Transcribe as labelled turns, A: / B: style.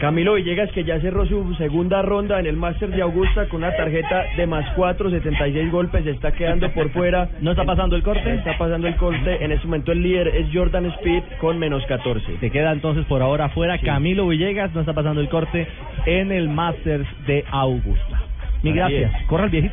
A: Camilo Villegas que ya cerró su segunda ronda en el Masters de Augusta con una tarjeta de más 4, 76 golpes, está quedando por fuera.
B: ¿No está pasando el corte?
A: Está pasando el corte. En este momento el líder es Jordan Speed con menos 14.
B: Se queda entonces por ahora afuera Camilo Villegas, no está pasando el corte en el Masters de Augusta. Mi
A: Así
B: gracias.
A: es.
B: Corre el viejito.